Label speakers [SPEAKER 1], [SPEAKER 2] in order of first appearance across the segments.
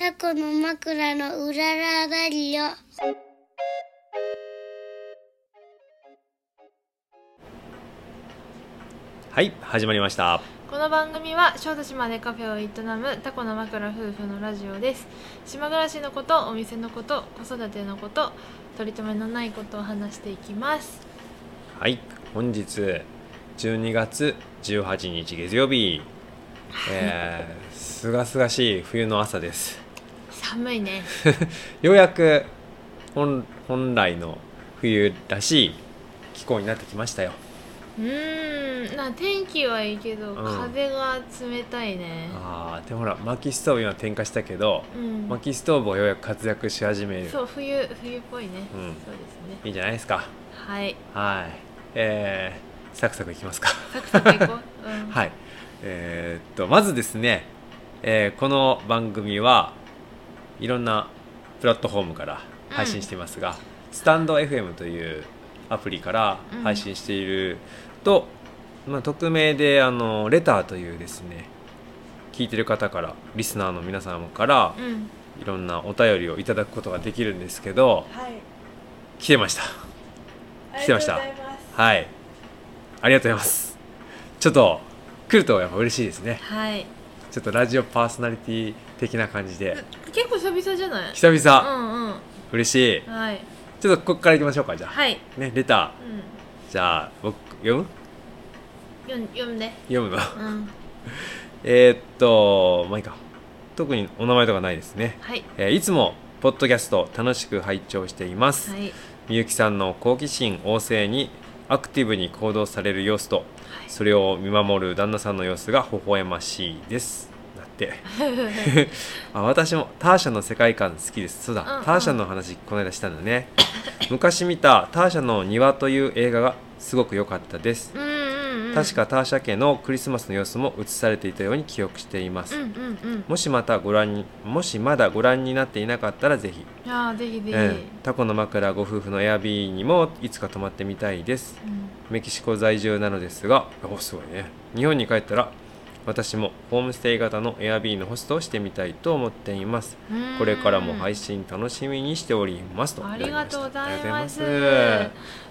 [SPEAKER 1] 過去の枕のうららだりよ。
[SPEAKER 2] はい始まりました
[SPEAKER 3] この番組は小豆島でカフェを営むタコの枕夫婦のラジオです島暮らしのことお店のこと子育てのこと取り留めのないことを話していきます
[SPEAKER 2] はい本日12月18日月曜日えー、すがすがしい冬の朝です
[SPEAKER 3] 寒いね
[SPEAKER 2] ようやく本本来の冬らしい気候になってきましたよ
[SPEAKER 3] うーんな天気はいいけど、
[SPEAKER 2] ん
[SPEAKER 3] 風が冷たいね
[SPEAKER 2] あーでもほら薪ストーブ今点火したけど
[SPEAKER 3] うん
[SPEAKER 2] 薪ストーブがようやく活躍し始める
[SPEAKER 3] そう冬冬っぽいね、
[SPEAKER 2] うん
[SPEAKER 3] そうですね
[SPEAKER 2] いいんじゃないですか
[SPEAKER 3] はい
[SPEAKER 2] はいえー、サクサクいきますか
[SPEAKER 3] サクサクいこう、うん、
[SPEAKER 2] はい。えーっと、まずですね、えーこの番組はいろんなプラットフォームから配信していますが、スタンド FM というアプリから
[SPEAKER 3] うん
[SPEAKER 2] 配信していると、まあ、匿名であのレターというですね聞いてる方からリスナーの皆様から
[SPEAKER 3] うん
[SPEAKER 2] いろんなお便りをいただくことができるんですけど
[SPEAKER 3] はい
[SPEAKER 2] 来てました来てました
[SPEAKER 3] ありがとうございます
[SPEAKER 2] はいありがとうございますちょっと来るとやっぱ嬉しいですね
[SPEAKER 3] はい
[SPEAKER 2] ちょっとラジオパーソナリティ的な感じで
[SPEAKER 3] 結構久々じゃない
[SPEAKER 2] 久
[SPEAKER 3] う
[SPEAKER 2] 々、
[SPEAKER 3] んうん
[SPEAKER 2] 嬉しい
[SPEAKER 3] はい
[SPEAKER 2] ちょっとここから行きましょうかじゃあ、
[SPEAKER 3] はい、
[SPEAKER 2] ねレタ
[SPEAKER 3] うん
[SPEAKER 2] ーじゃあ僕読む
[SPEAKER 3] 読ん読んで
[SPEAKER 2] 読 むの
[SPEAKER 3] うん
[SPEAKER 2] えーっとまあいいか特にお名前とかないですね、
[SPEAKER 3] はい
[SPEAKER 2] えーいつもポッドキャスト楽しく拝聴しています、
[SPEAKER 3] はい
[SPEAKER 2] みゆきさんの好奇心旺盛にアクティブに行動される様子とそれを見守る旦那さんの様子が微笑ましいですだってあ私もターシャの世界観好きですそうだ、
[SPEAKER 3] うんうん
[SPEAKER 2] ターシャの話この間したんだね 昔見た「ターシャの庭」という映画がすごく良かったです、
[SPEAKER 3] うんうんうん
[SPEAKER 2] 確かターシャ家のクリスマスの様子も映されていたように記憶していま
[SPEAKER 3] う
[SPEAKER 2] す、
[SPEAKER 3] んうんうん
[SPEAKER 2] もしまたご覧にもしまだご覧になっていなかったらぜひ
[SPEAKER 3] ああぜひぜひ、
[SPEAKER 2] ええタコの枕ご夫婦のエアビーにもいつか泊まってみたいです
[SPEAKER 3] うん
[SPEAKER 2] メキシコ在住なのですがおすごいね日本に帰ったら私もホームステイ型の Airb のホストをしてみたいと思っていますこれからも配信楽しみにしておりますと
[SPEAKER 3] ありがとうございます
[SPEAKER 2] ありがとうございま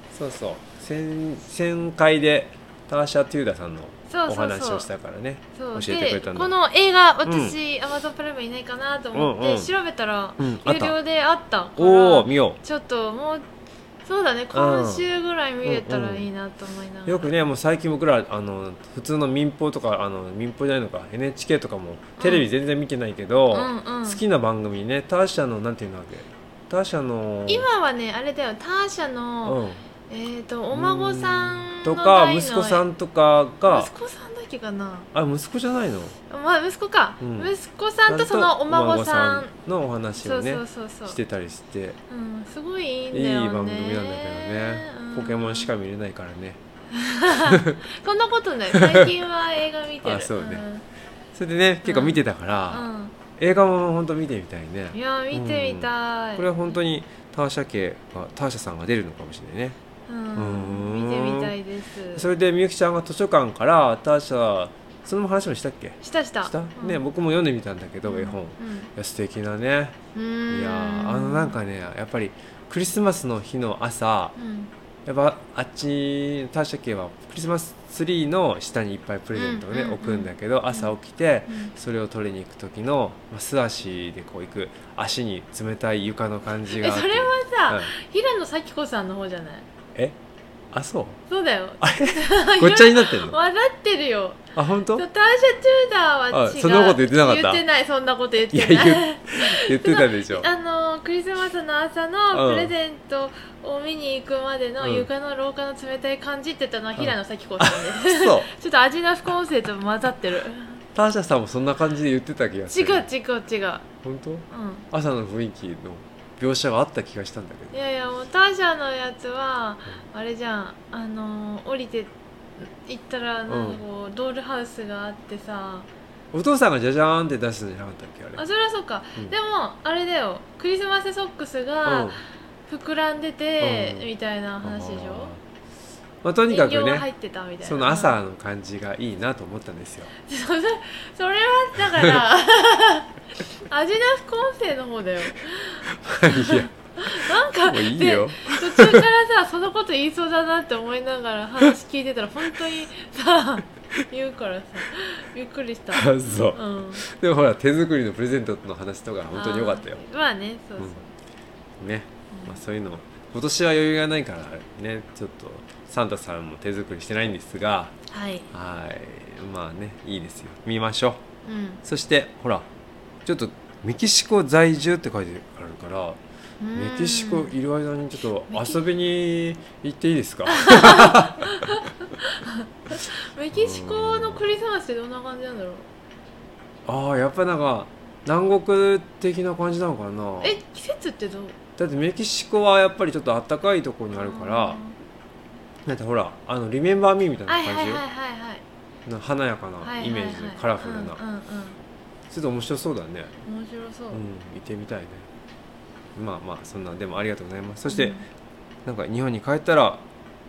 [SPEAKER 2] すそうそう先先回でターシャ・テューダさんの
[SPEAKER 3] そうそうそう
[SPEAKER 2] お話をしたからね
[SPEAKER 3] そう
[SPEAKER 2] 教えてくれた
[SPEAKER 3] で
[SPEAKER 2] ん
[SPEAKER 3] こ
[SPEAKER 2] だ
[SPEAKER 3] の映画私、アマゾンプライムいないかなと思って、
[SPEAKER 2] うんうん
[SPEAKER 3] 調べたら、
[SPEAKER 2] うんあっ
[SPEAKER 3] 有
[SPEAKER 2] た
[SPEAKER 3] 料であったから
[SPEAKER 2] おお見よ
[SPEAKER 3] ちょっともうそうだね今週ぐらい見れたらいいなと思いながら、
[SPEAKER 2] うよくねもう最近僕らあの普通の民放とかあの民放じゃないのか NHK とかもテレビ全然見てないけど、
[SPEAKER 3] うんうん、
[SPEAKER 2] 好きな番組ねターシャのなんていうのだっけターシャの
[SPEAKER 3] 今はねあれだよターシャの、
[SPEAKER 2] うん
[SPEAKER 3] えっ、とお孫さんの
[SPEAKER 2] とか
[SPEAKER 3] 代の
[SPEAKER 2] 息子さんとかが
[SPEAKER 3] 息子さんだっけかな
[SPEAKER 2] あ息子じゃないの
[SPEAKER 3] まあ息子か、
[SPEAKER 2] うん
[SPEAKER 3] 息子さんとそのお
[SPEAKER 2] お孫
[SPEAKER 3] 孫さん
[SPEAKER 2] さんのお話
[SPEAKER 3] そ
[SPEAKER 2] を
[SPEAKER 3] う
[SPEAKER 2] ね
[SPEAKER 3] そうそうそう
[SPEAKER 2] してたりして
[SPEAKER 3] うん、すごいいいんだ
[SPEAKER 2] い
[SPEAKER 3] よ
[SPEAKER 2] い
[SPEAKER 3] ね
[SPEAKER 2] 番組なんだけどねポケモンしか
[SPEAKER 3] 見
[SPEAKER 2] 見れないからね
[SPEAKER 3] こんなことない最近は映画見て る
[SPEAKER 2] あそうねそれでね結構見てたか
[SPEAKER 3] う
[SPEAKER 2] ら
[SPEAKER 3] ん、
[SPEAKER 2] 映画も本当見てみたいね
[SPEAKER 3] うん、いや見てみたい、うん、
[SPEAKER 2] これは本当にターシャ家がターシャさんが出るのかもしれないねうん
[SPEAKER 3] 見てみたいです
[SPEAKER 2] それでみゆきちゃんが図書館からターシャその話もしたっけ
[SPEAKER 3] したした
[SPEAKER 2] した
[SPEAKER 3] うん
[SPEAKER 2] ね僕も読んでみたんだけど絵本いや素敵なね
[SPEAKER 3] うん、うん、
[SPEAKER 2] いやーあのなんかねやっぱりクリスマスの日の朝
[SPEAKER 3] うん
[SPEAKER 2] やっぱあっちターシャ家はクリスマスツリーの下にいっぱいプレゼントをね、
[SPEAKER 3] うんうんうん
[SPEAKER 2] 置くんだけど朝起きて
[SPEAKER 3] うん
[SPEAKER 2] それを取りに行く時のまあ素足でこう行く足に冷たい床の感じが
[SPEAKER 3] え
[SPEAKER 2] あって
[SPEAKER 3] それはさ、
[SPEAKER 2] うん
[SPEAKER 3] 平野咲子さんの方じゃない
[SPEAKER 2] えあそう
[SPEAKER 3] そうだよ
[SPEAKER 2] あ れごっちゃになってんの
[SPEAKER 3] 笑ってるよ
[SPEAKER 2] あ本当
[SPEAKER 3] ターシャ・チューダーは
[SPEAKER 2] あ
[SPEAKER 3] 違う
[SPEAKER 2] そんなこと言ってなかった
[SPEAKER 3] 言ってないそんなこと言ってない
[SPEAKER 2] いや言ってたでしょ
[SPEAKER 3] あのークリスマスの朝
[SPEAKER 2] う
[SPEAKER 3] の
[SPEAKER 2] ん
[SPEAKER 3] プレゼントを見に行くまで
[SPEAKER 2] う
[SPEAKER 3] の
[SPEAKER 2] ん
[SPEAKER 3] 床の廊下の冷たい感じって言ったのは平野咲子さんです、
[SPEAKER 2] そう
[SPEAKER 3] ちょっと味の副音声と混ざっ てる
[SPEAKER 2] ターシャさんもそんな感じで言ってた気がす
[SPEAKER 3] 違う
[SPEAKER 2] る
[SPEAKER 3] 違う違う、
[SPEAKER 2] 本当
[SPEAKER 3] う
[SPEAKER 2] 朝の雰囲気の描写があった気がしたんだけど
[SPEAKER 3] ん、いやいやもうターシャのやつはあれじゃんあのー降りて行ったらなんかこう、ドールハウスがあってさ
[SPEAKER 2] お父さんがじゃじゃーんって出すんじゃなかったっけあれ
[SPEAKER 3] あそれはそうか、
[SPEAKER 2] うん
[SPEAKER 3] でもあれだよクリスマスソックスが
[SPEAKER 2] うん
[SPEAKER 3] 膨らんでて、
[SPEAKER 2] うん
[SPEAKER 3] みたいな話で
[SPEAKER 2] あ
[SPEAKER 3] し
[SPEAKER 2] ー
[SPEAKER 3] ょ
[SPEAKER 2] ままあ、とにかく
[SPEAKER 3] 人形が
[SPEAKER 2] ね
[SPEAKER 3] 入ってたみたいな
[SPEAKER 2] その朝の感じがいいなと思ったん ですよ
[SPEAKER 3] それそれはだから 味な副音声の方だよ
[SPEAKER 2] いや
[SPEAKER 3] なんか
[SPEAKER 2] もういい
[SPEAKER 3] で
[SPEAKER 2] よ
[SPEAKER 3] 途中からさそのこと言いそうだなって思いながら話聞いてたら本当にさ 言うからさびっくり した、
[SPEAKER 2] あそう
[SPEAKER 3] うん、
[SPEAKER 2] でもほら手作りのプレゼントの話とか本当に良かったよ
[SPEAKER 3] あーまあねそうそう、
[SPEAKER 2] ね、
[SPEAKER 3] うん
[SPEAKER 2] まあ、そういうのも今年は余裕がないからねちょっとサンタさんも手作りしてないんですが
[SPEAKER 3] はい、
[SPEAKER 2] はいまあねいいですよ見ましょう
[SPEAKER 3] うん
[SPEAKER 2] そしてほらちょっとメキシコ在住って書いてあるから
[SPEAKER 3] うん、
[SPEAKER 2] メキシコいる間にちょっと遊びに行っていいですか
[SPEAKER 3] メキシコのクリスマスってどんな感じなんだろう
[SPEAKER 2] ああやっぱなんか南国的な感じなのかな
[SPEAKER 3] え季節ってどう
[SPEAKER 2] だってメキシコはやっぱりちょっと暖かいところにあるからだってほらあの「リメンバー・ミー」みたい
[SPEAKER 3] あーはい
[SPEAKER 2] な
[SPEAKER 3] はいはいはい
[SPEAKER 2] 感じの華やか
[SPEAKER 3] はいは
[SPEAKER 2] ないイメージでカラフルな
[SPEAKER 3] うんうん
[SPEAKER 2] ちょっと面白そうだね
[SPEAKER 3] うん、面白そう、
[SPEAKER 2] うん行ってみたいねまあまあそんなでもありがとうございますそして、
[SPEAKER 3] うん
[SPEAKER 2] なんか日本に帰ったら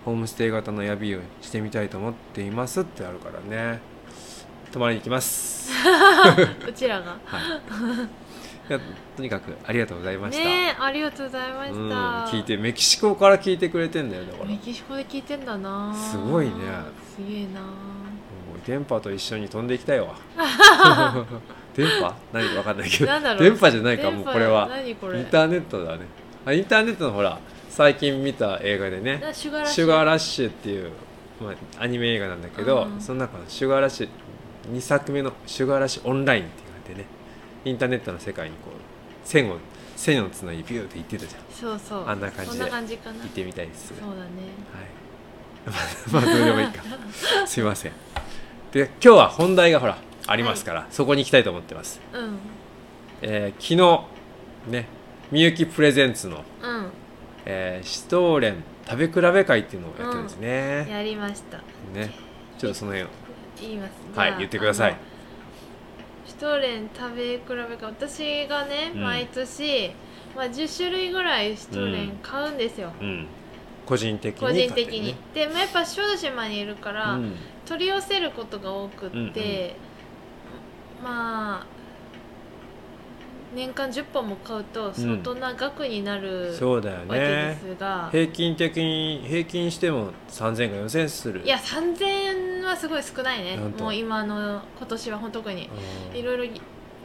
[SPEAKER 2] ホームステイ型の旅をしてみたいと思っていますってあるからね泊まりに行きます、
[SPEAKER 3] うちらが
[SPEAKER 2] はい、いやとにかくありがとうございました、
[SPEAKER 3] ねえありがとうございました、
[SPEAKER 2] うん、聞いてメキシコから聞いてくれてんだよだからも
[SPEAKER 3] メキシコで聞いてんだな
[SPEAKER 2] すごいね
[SPEAKER 3] すげえな
[SPEAKER 2] う電波と一緒に飛んでいきたい わ電波何か分かんないけど
[SPEAKER 3] なんだろう
[SPEAKER 2] 電波じゃないかもう
[SPEAKER 3] 電波
[SPEAKER 2] これは
[SPEAKER 3] 何こ
[SPEAKER 2] イ
[SPEAKER 3] れ
[SPEAKER 2] ンターネットだねあインターネットのほら最近見た映画でね
[SPEAKER 3] なシュガーラッシ
[SPEAKER 2] シ
[SPEAKER 3] ュ
[SPEAKER 2] ュガーラッシュっていう、まあ、アニメ映画なんだけど、
[SPEAKER 3] うん
[SPEAKER 2] その中のシュガーラッシュ2作目の「シュガーラッシュオンライン」って言われてねインターネットの世界にこう線を線をつないでビューって行ってたじゃん
[SPEAKER 3] そうそう
[SPEAKER 2] あんな感じで
[SPEAKER 3] そんな感じかな
[SPEAKER 2] 行ってみたいです
[SPEAKER 3] そうだね
[SPEAKER 2] はい、まあまあどうでもいいかすいませんで今日は本題がほらありますから、そこに行きたいと思ってます、
[SPEAKER 3] うん
[SPEAKER 2] えー昨日ねみゆきプレゼンツの、えーシュトーレン食べ比べ会っていうのをやってるんです
[SPEAKER 3] うん
[SPEAKER 2] ね、
[SPEAKER 3] やりました
[SPEAKER 2] ねちょっとその辺を
[SPEAKER 3] 言います
[SPEAKER 2] はい
[SPEAKER 3] じゃあ
[SPEAKER 2] 言ってください
[SPEAKER 3] あのシュトーレン食べ比べか私がね
[SPEAKER 2] うん
[SPEAKER 3] 毎年、まあ、10種類ぐらいシュトーレン買うんですよ、
[SPEAKER 2] うん、個人的に
[SPEAKER 3] 個人的に、
[SPEAKER 2] 買ってね
[SPEAKER 3] で、まあ、やっぱ小豆島にいるから、
[SPEAKER 2] うん
[SPEAKER 3] 取り寄せることが多くって、
[SPEAKER 2] うんうん
[SPEAKER 3] まあ年間10本も買うと相当な額になる、わ
[SPEAKER 2] そうだよ
[SPEAKER 3] けで
[SPEAKER 2] ね
[SPEAKER 3] すが、
[SPEAKER 2] 平均的に平均しても3000か4000する
[SPEAKER 3] いや3000円はすごい少ないね
[SPEAKER 2] なんと
[SPEAKER 3] もう今の今年は本当特に
[SPEAKER 2] うん
[SPEAKER 3] いろいろ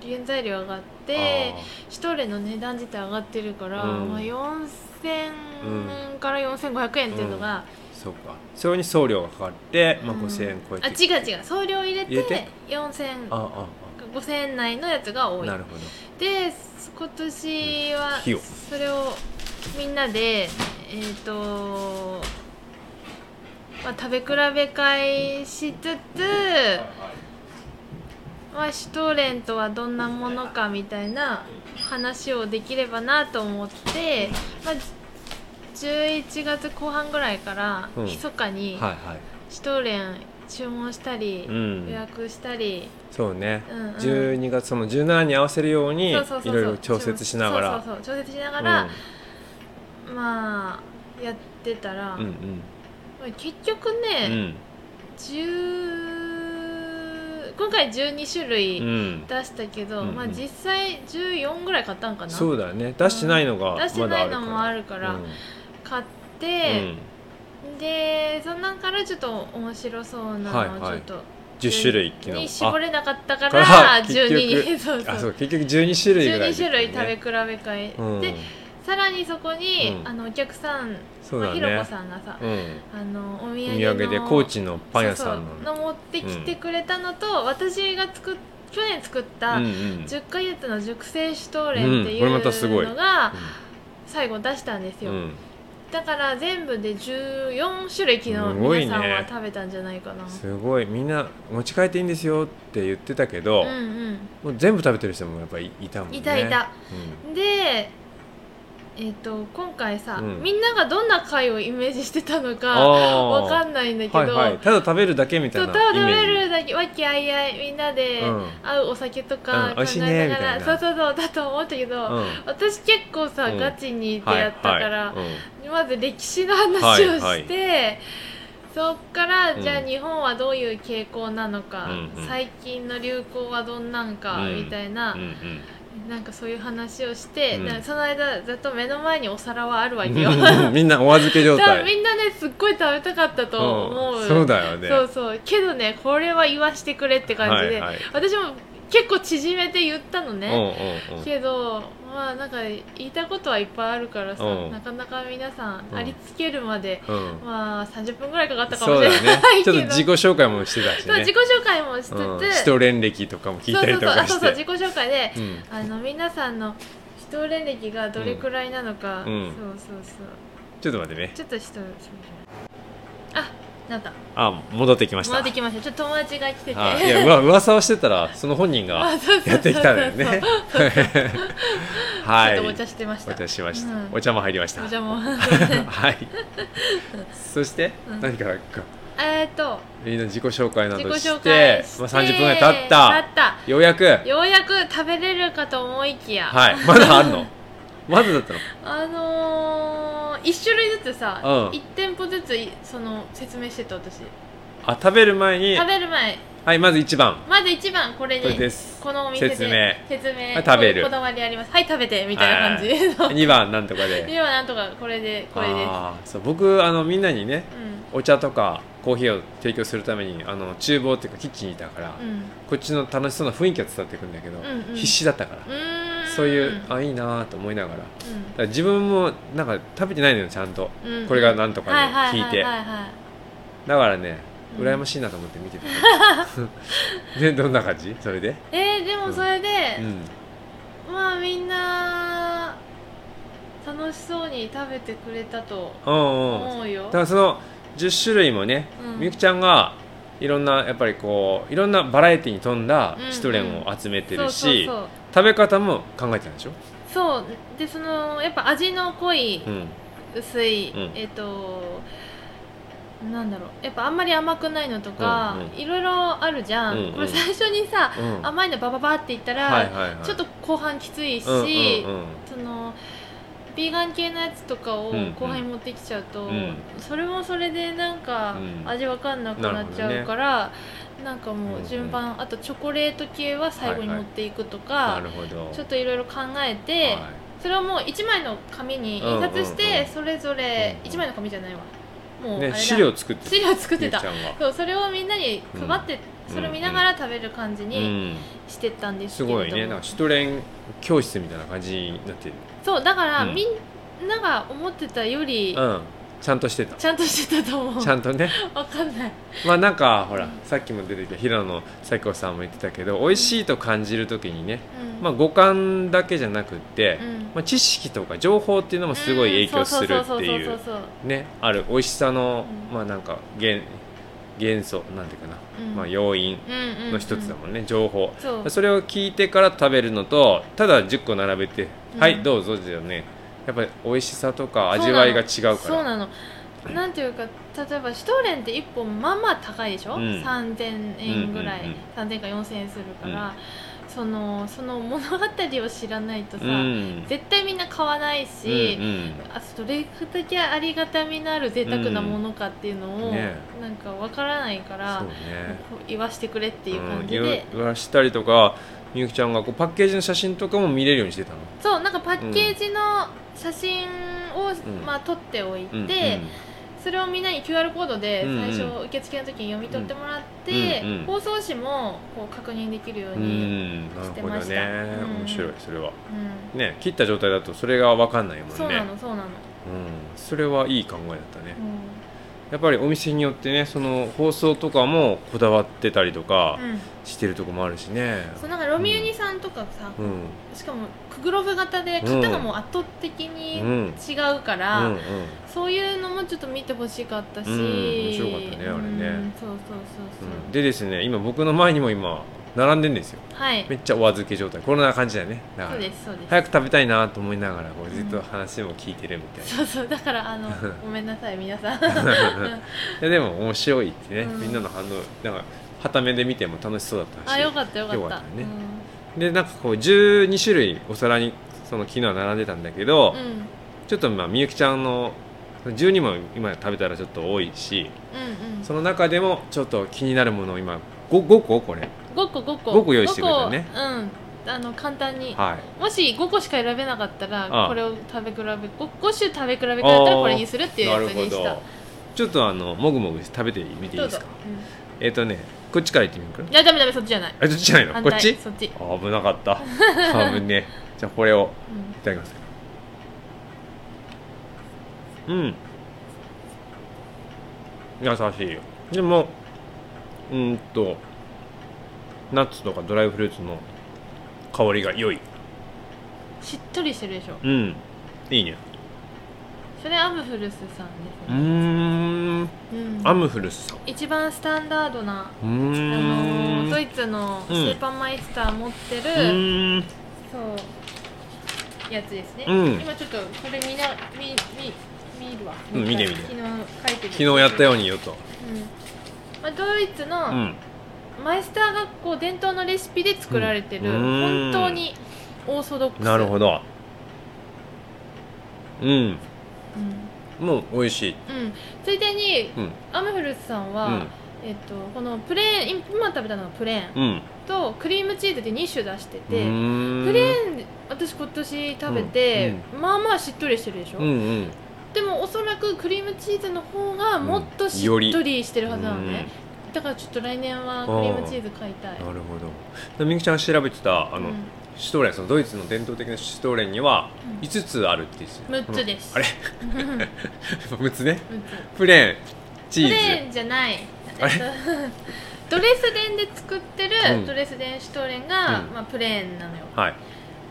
[SPEAKER 3] 原材料上が
[SPEAKER 2] あ
[SPEAKER 3] ってシュトーレンの値段自体上がってるから、
[SPEAKER 2] うん
[SPEAKER 3] まあ、4000から4500円っていうのが、
[SPEAKER 2] ーそうかそれに送料がかかって、まあ、
[SPEAKER 3] うん
[SPEAKER 2] 5000円超えて
[SPEAKER 3] あ違う違う送料入れ
[SPEAKER 2] 入れ
[SPEAKER 3] て
[SPEAKER 2] て
[SPEAKER 3] 4000
[SPEAKER 2] ああ
[SPEAKER 3] 5000円内のやつが
[SPEAKER 2] あ
[SPEAKER 3] 多い
[SPEAKER 2] なるほど
[SPEAKER 3] で今年は
[SPEAKER 2] 費用
[SPEAKER 3] それをみんなでえっ、と、まあ、食べ比べ会しつつ、まあ、シュトーレンとはどんなものかみたいな話をできればなと思って、まあ、11月後半ぐらいから
[SPEAKER 2] うん
[SPEAKER 3] 密かに
[SPEAKER 2] はいはい
[SPEAKER 3] シュトーレン注文したり、
[SPEAKER 2] うん
[SPEAKER 3] 予約したり。
[SPEAKER 2] そうね、
[SPEAKER 3] うんうん
[SPEAKER 2] 12月その17に合わせるようにい
[SPEAKER 3] そうそうそうそう
[SPEAKER 2] ろいろ調節しながら
[SPEAKER 3] そうそうそう調節しなが
[SPEAKER 2] う
[SPEAKER 3] ら
[SPEAKER 2] ん、
[SPEAKER 3] まあやってたら、
[SPEAKER 2] うん
[SPEAKER 3] 結局
[SPEAKER 2] うん
[SPEAKER 3] ね、10今回12種類
[SPEAKER 2] うんうん
[SPEAKER 3] 出したけど、
[SPEAKER 2] うんうん
[SPEAKER 3] まあ、実際14ぐらい買ったんかな
[SPEAKER 2] そうだよね出してないのがまだあ
[SPEAKER 3] 出
[SPEAKER 2] る
[SPEAKER 3] し
[SPEAKER 2] か
[SPEAKER 3] て
[SPEAKER 2] ら
[SPEAKER 3] ないのもあるから
[SPEAKER 2] うん
[SPEAKER 3] 買って、でその中からちょっと面白そうな
[SPEAKER 2] はい
[SPEAKER 3] のをち
[SPEAKER 2] は
[SPEAKER 3] ょ
[SPEAKER 2] い
[SPEAKER 3] っと、
[SPEAKER 2] 10種類昨日
[SPEAKER 3] に絞れなかった
[SPEAKER 2] だ
[SPEAKER 3] か
[SPEAKER 2] から
[SPEAKER 3] ら
[SPEAKER 2] 結
[SPEAKER 3] 12に
[SPEAKER 2] 局
[SPEAKER 3] そう
[SPEAKER 2] あ
[SPEAKER 3] そ
[SPEAKER 2] そうう結局12種類ぐらいで
[SPEAKER 3] 12
[SPEAKER 2] き
[SPEAKER 3] 種
[SPEAKER 2] た
[SPEAKER 3] 類
[SPEAKER 2] ね、
[SPEAKER 3] 食べ比べ会、
[SPEAKER 2] うん、
[SPEAKER 3] でさらにそこに、
[SPEAKER 2] うん
[SPEAKER 3] あのお客さん、
[SPEAKER 2] そう
[SPEAKER 3] ま
[SPEAKER 2] だ
[SPEAKER 3] あ、
[SPEAKER 2] ね
[SPEAKER 3] ひろこさんがさ、
[SPEAKER 2] うん
[SPEAKER 3] あのお土産
[SPEAKER 2] お
[SPEAKER 3] の
[SPEAKER 2] 土産で高知のパン屋さんの
[SPEAKER 3] そうそうの持ってきてくれたのと、私が作っ去年作った
[SPEAKER 2] うんうん
[SPEAKER 3] 10ヶ月の熟成シュトーレンって
[SPEAKER 2] うん
[SPEAKER 3] い
[SPEAKER 2] これまたすごいう
[SPEAKER 3] のが最後出したんです
[SPEAKER 2] う
[SPEAKER 3] よ、
[SPEAKER 2] ん
[SPEAKER 3] だから全部で14種類昨日
[SPEAKER 2] すごいね
[SPEAKER 3] 皆さんは食べたんじゃないかな、
[SPEAKER 2] うんすごいみんな持ち帰っていいんですよって言ってたけど、
[SPEAKER 3] うん
[SPEAKER 2] もう全部食べてる人もやっぱりいたも
[SPEAKER 3] うんん
[SPEAKER 2] ね
[SPEAKER 3] いたいた、
[SPEAKER 2] う
[SPEAKER 3] でえっと今回さ、
[SPEAKER 2] うん
[SPEAKER 3] みんながどんな回をイメージしてたの
[SPEAKER 2] あ
[SPEAKER 3] か
[SPEAKER 2] あ
[SPEAKER 3] わか
[SPEAKER 2] ない
[SPEAKER 3] んないんだけど、
[SPEAKER 2] はいはいただ食べるだけみたい
[SPEAKER 3] そ
[SPEAKER 2] うな
[SPEAKER 3] た
[SPEAKER 2] イ
[SPEAKER 3] だ
[SPEAKER 2] メ
[SPEAKER 3] 食べ
[SPEAKER 2] ージ
[SPEAKER 3] るだけ和気あいあいみんなで
[SPEAKER 2] うん
[SPEAKER 3] 合うお酒と
[SPEAKER 2] う
[SPEAKER 3] か
[SPEAKER 2] ん美
[SPEAKER 3] 考
[SPEAKER 2] 味しいね
[SPEAKER 3] え
[SPEAKER 2] み
[SPEAKER 3] な
[SPEAKER 2] た
[SPEAKER 3] が
[SPEAKER 2] い
[SPEAKER 3] ら、
[SPEAKER 2] な
[SPEAKER 3] そうそうそうだと思ったけど、
[SPEAKER 2] うん
[SPEAKER 3] 私結構さ、
[SPEAKER 2] うん
[SPEAKER 3] ガチにいて
[SPEAKER 2] はい
[SPEAKER 3] やったから、
[SPEAKER 2] はいうん
[SPEAKER 3] まず歴史の話をして、
[SPEAKER 2] はいはい
[SPEAKER 3] そっから、
[SPEAKER 2] うん
[SPEAKER 3] じゃあ日本はどういう傾向なのか、
[SPEAKER 2] うんうん
[SPEAKER 3] 最近の流行はどんなんか、
[SPEAKER 2] うん
[SPEAKER 3] みたいな、
[SPEAKER 2] うんうん
[SPEAKER 3] なんかそういう話をして、
[SPEAKER 2] うん
[SPEAKER 3] だからその間ずっと目の前にお皿はあるわけよ だか ら
[SPEAKER 2] みんなお預け状態
[SPEAKER 3] みんなねすっごい食べたかったと思う、
[SPEAKER 2] んそうだよね
[SPEAKER 3] そうそうけどねこれは言わしてくれって感じで、
[SPEAKER 2] はいはい
[SPEAKER 3] 私も結構縮めて言ったのね、
[SPEAKER 2] うんうんうん
[SPEAKER 3] けどまあなんか言いたいことはいっぱいあるからさ、
[SPEAKER 2] うん
[SPEAKER 3] なかなか皆さん
[SPEAKER 2] うん
[SPEAKER 3] ありつけるまで、
[SPEAKER 2] うん
[SPEAKER 3] まあ30分ぐらいかかったか
[SPEAKER 2] そ
[SPEAKER 3] も
[SPEAKER 2] うだ
[SPEAKER 3] しれ
[SPEAKER 2] よ
[SPEAKER 3] ない
[SPEAKER 2] ね
[SPEAKER 3] け
[SPEAKER 2] ち
[SPEAKER 3] ど、
[SPEAKER 2] ょっと自己紹介もしてたし
[SPEAKER 3] そう
[SPEAKER 2] ね
[SPEAKER 3] 自己紹介もしつつ、
[SPEAKER 2] うんシトレン歴とかも聞いたりとか
[SPEAKER 3] そう
[SPEAKER 2] し
[SPEAKER 3] そうそうあそうそう
[SPEAKER 2] て
[SPEAKER 3] 自己紹介で、
[SPEAKER 2] うん
[SPEAKER 3] あの皆さんの視聴連歴がどれくらいなのか、
[SPEAKER 2] うんうん
[SPEAKER 3] そうそうそう
[SPEAKER 2] ちょっと待ってね
[SPEAKER 3] ちょっと人そうあなんか
[SPEAKER 2] あ戻ってきました
[SPEAKER 3] 戻ってきましたちょっと友達が来てて
[SPEAKER 2] あ いやうわ噂をしてたらその本人がやってきたんだよ ねは
[SPEAKER 3] ち
[SPEAKER 2] い
[SPEAKER 3] ょっとお茶してました
[SPEAKER 2] お茶しました、
[SPEAKER 3] うん
[SPEAKER 2] お茶も入りました
[SPEAKER 3] お茶 も
[SPEAKER 2] はいそして、
[SPEAKER 3] うん
[SPEAKER 2] 何からか
[SPEAKER 3] えーっと
[SPEAKER 2] みんな自己紹介な
[SPEAKER 3] 自
[SPEAKER 2] ど
[SPEAKER 3] 己
[SPEAKER 2] して
[SPEAKER 3] 紹介して、
[SPEAKER 2] まあ、30分ぐらい経った
[SPEAKER 3] 経
[SPEAKER 2] ようやく
[SPEAKER 3] ったようやく食べれるかと思いきや、
[SPEAKER 2] はいまだあるのまだだったの
[SPEAKER 3] あのー、1種類ずつさ、
[SPEAKER 2] うん
[SPEAKER 3] 一1店舗ずついその説明してた私
[SPEAKER 2] あ食べる前に
[SPEAKER 3] 食べる前
[SPEAKER 2] はいまず1番
[SPEAKER 3] まず一番これ
[SPEAKER 2] これで
[SPEAKER 3] ですこのお店で
[SPEAKER 2] 説明
[SPEAKER 3] 説明
[SPEAKER 2] はい食べる
[SPEAKER 3] こだわりありますはい食べてみたいな感じの
[SPEAKER 2] 2番なんとかで
[SPEAKER 3] ではなんとかこれでこれです
[SPEAKER 2] あーそう僕あのみんなにね
[SPEAKER 3] うん
[SPEAKER 2] お茶とかコーヒーを提供するためにあの厨房っていうかキッチンにいたから、
[SPEAKER 3] うん
[SPEAKER 2] こっちの楽しそうな雰囲気が伝わってくるんだけど、
[SPEAKER 3] んうん
[SPEAKER 2] 必死だったから、
[SPEAKER 3] うーん
[SPEAKER 2] そういう
[SPEAKER 3] うん
[SPEAKER 2] あいいなーと思いながらだから自分もなんか食べてないのよちゃんと
[SPEAKER 3] うんうん
[SPEAKER 2] これがなんとかね
[SPEAKER 3] はいはい
[SPEAKER 2] 聞いて
[SPEAKER 3] はいはいはい
[SPEAKER 2] だからね
[SPEAKER 3] うん
[SPEAKER 2] 羨ましいなと思って見てた、 でどんな感じそれで
[SPEAKER 3] えー、でもそれで、
[SPEAKER 2] うん
[SPEAKER 3] まあみんな楽しそうに食べてくれたと
[SPEAKER 2] うんうん
[SPEAKER 3] 思うよ
[SPEAKER 2] だからその10種類もね、
[SPEAKER 3] うん
[SPEAKER 2] みゆきちゃんがいろんなやっぱりこういろんなバラエティに富んだ
[SPEAKER 3] うんうん
[SPEAKER 2] シトレンを集めて
[SPEAKER 3] そう
[SPEAKER 2] る
[SPEAKER 3] そう
[SPEAKER 2] し、
[SPEAKER 3] そう
[SPEAKER 2] 食べ方も考えてたんでしょ、
[SPEAKER 3] そうでそのやっぱ味の濃い、
[SPEAKER 2] うん、
[SPEAKER 3] 薄い、
[SPEAKER 2] うん
[SPEAKER 3] えっ、となんだろうやっぱあんまり甘くないのとか、
[SPEAKER 2] うんうん
[SPEAKER 3] いろいろあるじゃん、
[SPEAKER 2] うんうん
[SPEAKER 3] これ最初にさ、
[SPEAKER 2] うん
[SPEAKER 3] 甘いのバババっていったら、
[SPEAKER 2] はいはいはい
[SPEAKER 3] ちょっと後半きついし、
[SPEAKER 2] うんうんうん
[SPEAKER 3] そのビーガン系のやつとかを
[SPEAKER 2] うんうん
[SPEAKER 3] 後輩に持ってきちゃうと、
[SPEAKER 2] うん
[SPEAKER 3] それもそれでなんか
[SPEAKER 2] うん
[SPEAKER 3] 味わかんなくなっちゃうから、なんかもう順番、あとチョコレート系は最後に持っていくとか、
[SPEAKER 2] なるほど
[SPEAKER 3] ちょっといろいろ考えて、
[SPEAKER 2] はい
[SPEAKER 3] それをもう1枚の紙に印刷して、
[SPEAKER 2] うんうんうん
[SPEAKER 3] それぞ
[SPEAKER 2] う
[SPEAKER 3] れ
[SPEAKER 2] んうん
[SPEAKER 3] 1枚の紙じゃないわもうあれ
[SPEAKER 2] ね、
[SPEAKER 3] だ
[SPEAKER 2] 資料作って
[SPEAKER 3] 資料作ってた
[SPEAKER 2] ゆうちゃんが
[SPEAKER 3] そうそれをみんなに配って、
[SPEAKER 2] うん
[SPEAKER 3] それを見ながら食べる感じ
[SPEAKER 2] う
[SPEAKER 3] に
[SPEAKER 2] ん、
[SPEAKER 3] してったんで
[SPEAKER 2] す
[SPEAKER 3] すけれども、
[SPEAKER 2] ごいねなんかシュトレン教室みたいな感じになってる、
[SPEAKER 3] そうだから、
[SPEAKER 2] うん
[SPEAKER 3] みんなが思ってたより、
[SPEAKER 2] うん、ちゃんとしてた
[SPEAKER 3] ちゃんとしてたと思う
[SPEAKER 2] ちゃんと ね
[SPEAKER 3] わかんない
[SPEAKER 2] まあなんかほらさっきも出てきた平野咲子さんも言ってたけど美味しいと感じる時にね、
[SPEAKER 3] うん
[SPEAKER 2] まあ、五感だけじゃなくって、
[SPEAKER 3] うん
[SPEAKER 2] まあ、知識とか情報っていうのもすごい影響するってい
[SPEAKER 3] うん
[SPEAKER 2] う
[SPEAKER 3] そうそうそうそうそう
[SPEAKER 2] ねある美味しさの、
[SPEAKER 3] うん
[SPEAKER 2] まあなんか元元素なんていうかな、
[SPEAKER 3] うん
[SPEAKER 2] まあ、要因
[SPEAKER 3] そううんうんうん
[SPEAKER 2] の一つだもんね、情報
[SPEAKER 3] そう
[SPEAKER 2] それを聞いてから食べるのとただ10個並べて、
[SPEAKER 3] うん
[SPEAKER 2] はいどうぞだよねやっぱり美味しさとか味わいが違うから
[SPEAKER 3] そうなのなんていうか例えばシュトーレンって1本まあまあ高いでしょ、
[SPEAKER 2] うん
[SPEAKER 3] 3000円ぐらい、
[SPEAKER 2] うんうんうん
[SPEAKER 3] 3000円か4000円するから、そのその物語を知らないとさ、
[SPEAKER 2] うん
[SPEAKER 3] 絶対みんな買わないし、
[SPEAKER 2] うん
[SPEAKER 3] あどれだけありがたみのある贅沢なものかっていうのを、
[SPEAKER 2] うんね
[SPEAKER 3] なんかわからないか
[SPEAKER 2] うん、
[SPEAKER 3] ら
[SPEAKER 2] そうね
[SPEAKER 3] こう言わしてくれっていう
[SPEAKER 2] う
[SPEAKER 3] 感
[SPEAKER 2] ん
[SPEAKER 3] じ
[SPEAKER 2] 言
[SPEAKER 3] で、
[SPEAKER 2] わ言わしたりとかみゆきちゃんがこうパッケージの写真とかも見れるようにしてたの
[SPEAKER 3] そうなんかパッケージの写真を、
[SPEAKER 2] ん
[SPEAKER 3] まあ、撮っておいて、
[SPEAKER 2] うん
[SPEAKER 3] それをみんなに QR コードで
[SPEAKER 2] うんうん
[SPEAKER 3] 最初受付の時に読み取ってもらって、
[SPEAKER 2] うんうん
[SPEAKER 3] 放送紙もこう確認できるよう
[SPEAKER 2] うん、う
[SPEAKER 3] に、
[SPEAKER 2] ん、なる
[SPEAKER 3] して
[SPEAKER 2] ほど
[SPEAKER 3] ました
[SPEAKER 2] ね、
[SPEAKER 3] うん
[SPEAKER 2] 面白いそれは
[SPEAKER 3] うん
[SPEAKER 2] ね切った状態だとそれが分かんないもんね
[SPEAKER 3] そうなのそうなの、
[SPEAKER 2] うん、それはいい考えだったね、
[SPEAKER 3] う
[SPEAKER 2] やっぱりお店によってねその包装とかもこだわってたりとか
[SPEAKER 3] んうん、
[SPEAKER 2] してるとこもあるしね、
[SPEAKER 3] そうなんかロミユニさんとかさ、
[SPEAKER 2] うん
[SPEAKER 3] しかもクグロフ型で型がもう圧倒的に
[SPEAKER 2] うんうん
[SPEAKER 3] 違うから、
[SPEAKER 2] うんうん、
[SPEAKER 3] そういうのもちょっと見てほしかったし、
[SPEAKER 2] うん面白かったねあれね
[SPEAKER 3] うんそうそうそう
[SPEAKER 2] うん
[SPEAKER 3] そう、
[SPEAKER 2] でですね今僕の前にも今並んでんですよ
[SPEAKER 3] はい
[SPEAKER 2] めっちゃお預け状態こんな感じだよねだか
[SPEAKER 3] そう
[SPEAKER 2] ら
[SPEAKER 3] ですそうです、
[SPEAKER 2] 早く食べたいなと思いながらこうずっ
[SPEAKER 3] う
[SPEAKER 2] と
[SPEAKER 3] ん
[SPEAKER 2] 話も聞いてるみたいな、
[SPEAKER 3] そうそうだか らあのごめんなさい皆さん
[SPEAKER 2] いやでも面白いってね、
[SPEAKER 3] うん
[SPEAKER 2] みんなの反応なんか傍目で見ても楽しそうだったし
[SPEAKER 3] あよかったよかった
[SPEAKER 2] よかったね
[SPEAKER 3] うん
[SPEAKER 2] でなんかこう12種類お皿にその昨日は並んでたんだけど、
[SPEAKER 3] うん
[SPEAKER 2] ちょっとまあみゆきちゃんの12も今食べたらちょっと多いし
[SPEAKER 3] うんうん
[SPEAKER 2] その中でもちょっと気になるものを今 5, 5個これ
[SPEAKER 3] 5個5個
[SPEAKER 2] 五個用意してくれたね
[SPEAKER 3] 五個うんあの簡単に
[SPEAKER 2] はい
[SPEAKER 3] もし5個しか選べなかった
[SPEAKER 2] あ
[SPEAKER 3] ら
[SPEAKER 2] あ
[SPEAKER 3] これを食べ比べ 5, 種食べ比べだったらこれにするっていう
[SPEAKER 2] な
[SPEAKER 3] や
[SPEAKER 2] る
[SPEAKER 3] つ
[SPEAKER 2] ほ
[SPEAKER 3] にし
[SPEAKER 2] ど
[SPEAKER 3] た
[SPEAKER 2] ちょっとあのもぐもぐ食べてみていい
[SPEAKER 3] どう
[SPEAKER 2] です
[SPEAKER 3] ぞ
[SPEAKER 2] か
[SPEAKER 3] うん
[SPEAKER 2] えっ、とねこっちから行ってみるかない
[SPEAKER 3] やダメダメそっちじゃない
[SPEAKER 2] あどっちじゃないの
[SPEAKER 3] 反
[SPEAKER 2] こ
[SPEAKER 3] 対
[SPEAKER 2] っち
[SPEAKER 3] そっち、
[SPEAKER 2] あ危なかった危ねえじゃあこれを
[SPEAKER 3] うん
[SPEAKER 2] いただきますうん優しいよでもうーんとナッツとかドライフルーツの香りが良い
[SPEAKER 3] しっとりしてるでしょ
[SPEAKER 2] うんいいね
[SPEAKER 3] それアムフルスさんです
[SPEAKER 2] う
[SPEAKER 3] ね、
[SPEAKER 2] ーん
[SPEAKER 3] うん
[SPEAKER 2] アムフルスさんう
[SPEAKER 3] 一番スタンダードな、
[SPEAKER 2] ー
[SPEAKER 3] あ
[SPEAKER 2] ん
[SPEAKER 3] のード
[SPEAKER 2] う
[SPEAKER 3] イツの
[SPEAKER 2] う
[SPEAKER 3] ス
[SPEAKER 2] ん
[SPEAKER 3] ーパーマイスター持ってる、
[SPEAKER 2] ーん
[SPEAKER 3] そうやつですね、
[SPEAKER 2] うん
[SPEAKER 3] 今ちょっとこれ見な見見見るわ、
[SPEAKER 2] うん見て見て
[SPEAKER 3] 昨日書いて
[SPEAKER 2] 昨
[SPEAKER 3] る
[SPEAKER 2] 日やったように言うと
[SPEAKER 3] うんまあ、ドイツ
[SPEAKER 2] う
[SPEAKER 3] の
[SPEAKER 2] ん
[SPEAKER 3] マイスター学校伝統のレシピで作られてる、
[SPEAKER 2] うん
[SPEAKER 3] 本当にオーソドックス
[SPEAKER 2] なるほ
[SPEAKER 3] ど、
[SPEAKER 2] どうん
[SPEAKER 3] うん
[SPEAKER 2] もう美味しい
[SPEAKER 3] うんついでに
[SPEAKER 2] うん
[SPEAKER 3] アムフルスさんは、
[SPEAKER 2] うん
[SPEAKER 3] えっと、このプレーン今食べたのはプレーン
[SPEAKER 2] うん
[SPEAKER 3] とクリームチーズで2種出して
[SPEAKER 2] う
[SPEAKER 3] て、
[SPEAKER 2] ーん
[SPEAKER 3] プレーン私今年食べて、まあまあしっとりしてるでしょ、
[SPEAKER 2] うんうん
[SPEAKER 3] でもおそらくクリームチーズの方がもっとしっとりしてるはずなのね、だからちょっと来年はクリームチーズ買いたい
[SPEAKER 2] なるほどでみゆきちゃんが調べてたあの、
[SPEAKER 3] うん
[SPEAKER 2] シュトーレンそのドイツの伝統的なシュトーレンには
[SPEAKER 3] うん
[SPEAKER 2] 5つあるって言ってたよ
[SPEAKER 3] 6つです
[SPEAKER 2] このあ
[SPEAKER 3] 6
[SPEAKER 2] れ6つね
[SPEAKER 3] つ
[SPEAKER 2] プレーンチ
[SPEAKER 3] プ
[SPEAKER 2] ーズ
[SPEAKER 3] レーンじゃない
[SPEAKER 2] あれ
[SPEAKER 3] えっと ドレスデンで作ってる、
[SPEAKER 2] うん
[SPEAKER 3] ドレスデンシュトーレンが、
[SPEAKER 2] うん
[SPEAKER 3] まあ、プレーンなのよ
[SPEAKER 2] はい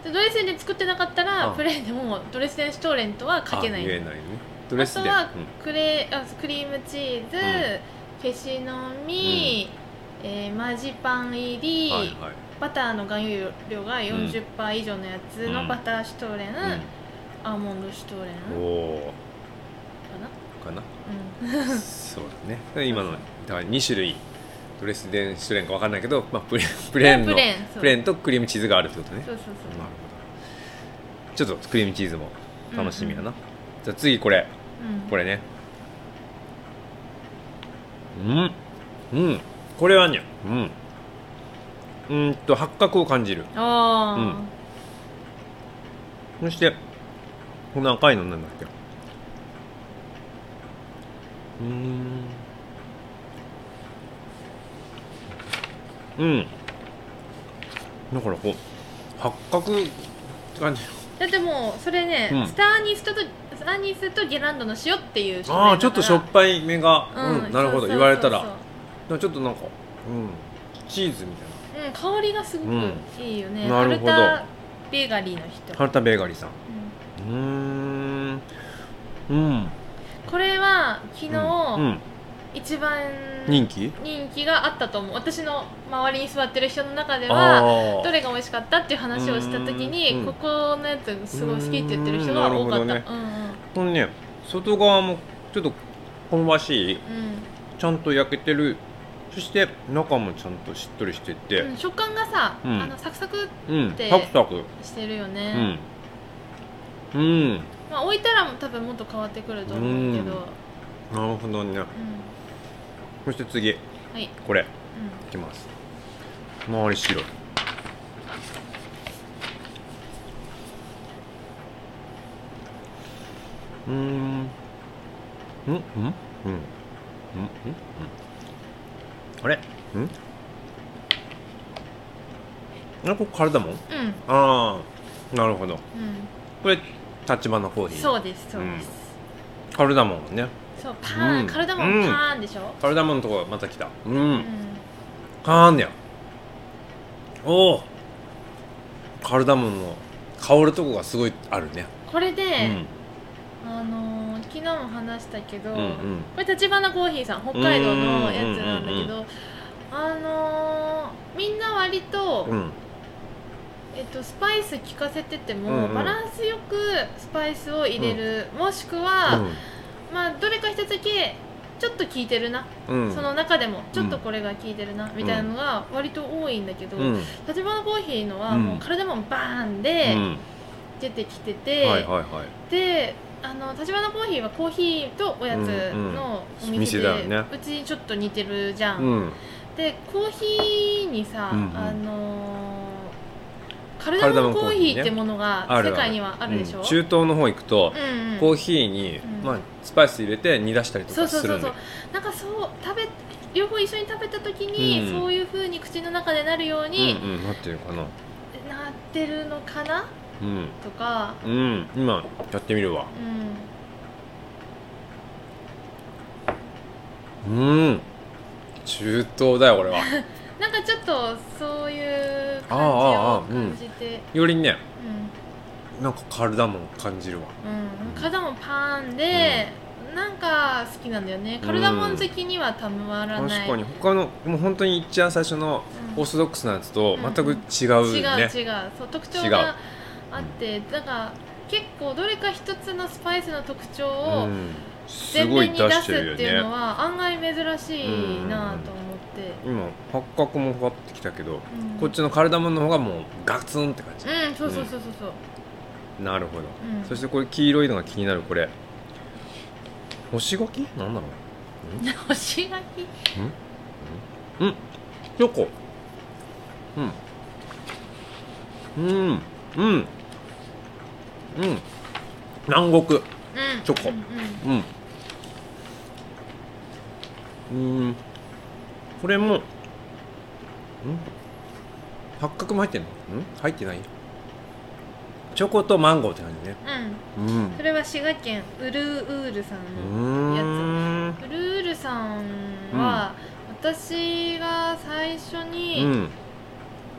[SPEAKER 3] でドレスデンで作ってなかったら、
[SPEAKER 2] うん
[SPEAKER 3] プレーンでもドレスデンシュトーレンとは書けない
[SPEAKER 2] あ
[SPEAKER 3] の
[SPEAKER 2] 言えないねドレス
[SPEAKER 3] あ
[SPEAKER 2] で
[SPEAKER 3] とは
[SPEAKER 2] うん
[SPEAKER 3] クレあクリームチーズ、フェシの実、えーマジパン入り、
[SPEAKER 2] はいはい
[SPEAKER 3] バターの含有量が40%以上のやつ
[SPEAKER 2] う
[SPEAKER 3] の
[SPEAKER 2] ん
[SPEAKER 3] バターシュトーレン、アーモンドシュトーレン
[SPEAKER 2] うん、お
[SPEAKER 3] かな、
[SPEAKER 2] おかな
[SPEAKER 3] うん、
[SPEAKER 2] そうだねで今のだから2種類ドレスデンシュトーレンかわかんないけど、まあ、プレプレーンの
[SPEAKER 3] プレーンそう
[SPEAKER 2] プレーンとクリームチーズがあるってことね
[SPEAKER 3] そうそ
[SPEAKER 2] なる
[SPEAKER 3] うそう
[SPEAKER 2] ほどちょっとクリームチーズも楽しみやな、じゃあ次これ
[SPEAKER 3] うん
[SPEAKER 2] これねうんうんこれはねうんうーんと八角を感じる
[SPEAKER 3] ああ、
[SPEAKER 2] うんそしてこの赤いのなんだっけうーんうんだからこう八角って感じ
[SPEAKER 3] だってもうそれね、
[SPEAKER 2] うん
[SPEAKER 3] スターアニスとスターアニスとゲランドの塩っていう
[SPEAKER 2] ああーちょっとしょっぱいめが
[SPEAKER 3] ぱ
[SPEAKER 2] うん、なるほど言われたらなんかちょっとなんか、うん、チーズみたいな
[SPEAKER 3] うん香りがすごくいいよね、
[SPEAKER 2] うん
[SPEAKER 3] な
[SPEAKER 2] な
[SPEAKER 3] る
[SPEAKER 2] る
[SPEAKER 3] ほ
[SPEAKER 2] ほ
[SPEAKER 3] ど
[SPEAKER 2] ど
[SPEAKER 3] ハルタベーガリーの人、
[SPEAKER 2] ハルタベーガリーさん
[SPEAKER 3] うん
[SPEAKER 2] うーんうん
[SPEAKER 3] これは昨日、
[SPEAKER 2] うん、
[SPEAKER 3] 一番
[SPEAKER 2] 人気
[SPEAKER 3] 人気があったと思う私の周りに座ってる人の中では
[SPEAKER 2] ああ
[SPEAKER 3] どれが美味しかったっていう話をした時に、
[SPEAKER 2] うん
[SPEAKER 3] ここのやつすごい好きって言ってる人が多かった
[SPEAKER 2] うんなるほ
[SPEAKER 3] うん
[SPEAKER 2] このね外側もちょっと香ばしい
[SPEAKER 3] うん
[SPEAKER 2] ちゃんと焼けてるそして中もちゃんとしっとりして
[SPEAKER 3] うんう
[SPEAKER 2] て
[SPEAKER 3] ん食感がさ、
[SPEAKER 2] うん
[SPEAKER 3] あのサクサク
[SPEAKER 2] うん、
[SPEAKER 3] で
[SPEAKER 2] サクサク
[SPEAKER 3] してるよ
[SPEAKER 2] う
[SPEAKER 3] ね、
[SPEAKER 2] んうん
[SPEAKER 3] まあ、置いたら多分もっと変わってくると思うけ
[SPEAKER 2] うん
[SPEAKER 3] ど、
[SPEAKER 2] なるほどね
[SPEAKER 3] うん
[SPEAKER 2] そして次
[SPEAKER 3] はい、
[SPEAKER 2] これいきます周り白いうーんうんうんうんうんうんあれうんあこれ体もん
[SPEAKER 3] うんうん
[SPEAKER 2] ああなるほど
[SPEAKER 3] う
[SPEAKER 2] これ立花コーヒ
[SPEAKER 3] ん、
[SPEAKER 2] ー
[SPEAKER 3] そうですそうです、
[SPEAKER 2] カルダモンね
[SPEAKER 3] そうパーン、
[SPEAKER 2] うん
[SPEAKER 3] 体もパ
[SPEAKER 2] うん
[SPEAKER 3] ーンでしょ、
[SPEAKER 2] カルダモンのところまた来たう
[SPEAKER 3] うん
[SPEAKER 2] んかーんねやおおカルダモンの香るとこがすごいあるね、
[SPEAKER 3] これで、あのー昨日も話したけど、
[SPEAKER 2] うんうん
[SPEAKER 3] これ立花コーヒーさん北海道のやつなんだ
[SPEAKER 2] うんうんうん
[SPEAKER 3] け
[SPEAKER 2] う
[SPEAKER 3] どあのーみんな割と、
[SPEAKER 2] うんうん
[SPEAKER 3] えっと、スパイス効かせてても、
[SPEAKER 2] うんうん
[SPEAKER 3] バランスよくスパイスを入れる、もしくは、まあどれか一つだけちょっと効いてるな、
[SPEAKER 2] うんうん
[SPEAKER 3] その中でもちょっとこれが効いてるな、みたいなのが割と多いんだけど、
[SPEAKER 2] うん
[SPEAKER 3] 立花コーヒーのは
[SPEAKER 2] うん
[SPEAKER 3] もう体もバーン
[SPEAKER 2] う
[SPEAKER 3] で
[SPEAKER 2] ん
[SPEAKER 3] 出てきてて、
[SPEAKER 2] はいはいはい
[SPEAKER 3] であの立花コーヒーはコーヒーとおやつのお
[SPEAKER 2] うんうん
[SPEAKER 3] 店
[SPEAKER 2] 店
[SPEAKER 3] で、う
[SPEAKER 2] だよね
[SPEAKER 3] ちにちょっと似てるじゃん、
[SPEAKER 2] うん
[SPEAKER 3] でコーヒーにさ、
[SPEAKER 2] うんうん
[SPEAKER 3] あのーカルダモンコーヒーってもの
[SPEAKER 2] ある
[SPEAKER 3] が
[SPEAKER 2] ある
[SPEAKER 3] 世界にはあるでしょ、
[SPEAKER 2] うん中東の方行くと、
[SPEAKER 3] うんうん
[SPEAKER 2] コーヒーに、
[SPEAKER 3] うん
[SPEAKER 2] まあ、スパイス入れて煮出したりと
[SPEAKER 3] そう
[SPEAKER 2] か
[SPEAKER 3] そう
[SPEAKER 2] す
[SPEAKER 3] そ
[SPEAKER 2] る
[SPEAKER 3] うんそ
[SPEAKER 2] で
[SPEAKER 3] うなんかそう食べ両方一緒に食べた時に、
[SPEAKER 2] うん
[SPEAKER 3] そういう風に口の中でなるよう
[SPEAKER 2] うん
[SPEAKER 3] に
[SPEAKER 2] うんなんていうのかな
[SPEAKER 3] なってるのかな
[SPEAKER 2] うん
[SPEAKER 3] とか
[SPEAKER 2] うん今やってみるわ
[SPEAKER 3] うん
[SPEAKER 2] うん中東だよ これは
[SPEAKER 3] なんかちょっとそういう
[SPEAKER 2] あ
[SPEAKER 3] 感じ
[SPEAKER 2] あああ
[SPEAKER 3] を
[SPEAKER 2] うん
[SPEAKER 3] 感じて
[SPEAKER 2] よりね
[SPEAKER 3] うん
[SPEAKER 2] なんかカルダモン感じるわ
[SPEAKER 3] うん、カルダモンパンで、なんか好きなんだよねカルダモン好きにはたまら
[SPEAKER 2] 確
[SPEAKER 3] ない、
[SPEAKER 2] かに他のもう本当に一番最初の
[SPEAKER 3] うん
[SPEAKER 2] オーソドックスなやつと
[SPEAKER 3] うん
[SPEAKER 2] 全く違
[SPEAKER 3] 違
[SPEAKER 2] う
[SPEAKER 3] う
[SPEAKER 2] ね
[SPEAKER 3] 違うそう特
[SPEAKER 2] 違
[SPEAKER 3] 徴
[SPEAKER 2] う
[SPEAKER 3] があってなんか結構どれか一つのスパイスの特徴
[SPEAKER 2] う
[SPEAKER 3] を
[SPEAKER 2] んす
[SPEAKER 3] 全
[SPEAKER 2] ご
[SPEAKER 3] 面
[SPEAKER 2] い
[SPEAKER 3] に
[SPEAKER 2] 出
[SPEAKER 3] 出
[SPEAKER 2] し
[SPEAKER 3] す
[SPEAKER 2] て
[SPEAKER 3] って
[SPEAKER 2] る
[SPEAKER 3] いう
[SPEAKER 2] よ
[SPEAKER 3] の
[SPEAKER 2] ね
[SPEAKER 3] は案外珍しいなと思って
[SPEAKER 2] 今八角もかかってきたけど
[SPEAKER 3] うん
[SPEAKER 2] こっちのカルダモンの方がもうガツンって感じ
[SPEAKER 3] うんそうそうそうそうそう
[SPEAKER 2] なるほど
[SPEAKER 3] うん
[SPEAKER 2] そしてこれ黄色いのが気になるこれ干し柿なんだろ う
[SPEAKER 3] 干し柿
[SPEAKER 2] うんうんチョコうんうんうんうん南国
[SPEAKER 3] うん
[SPEAKER 2] チョコ
[SPEAKER 3] うんうん
[SPEAKER 2] うんうんこれもん八角も入ってんのうん入ってないチョコとマンゴーって感じね
[SPEAKER 3] うん
[SPEAKER 2] うん
[SPEAKER 3] それは滋賀県ウルウールさんの
[SPEAKER 2] う
[SPEAKER 3] やつ
[SPEAKER 2] ーん
[SPEAKER 3] ルールさんは、私が最初
[SPEAKER 2] う
[SPEAKER 3] に
[SPEAKER 2] ん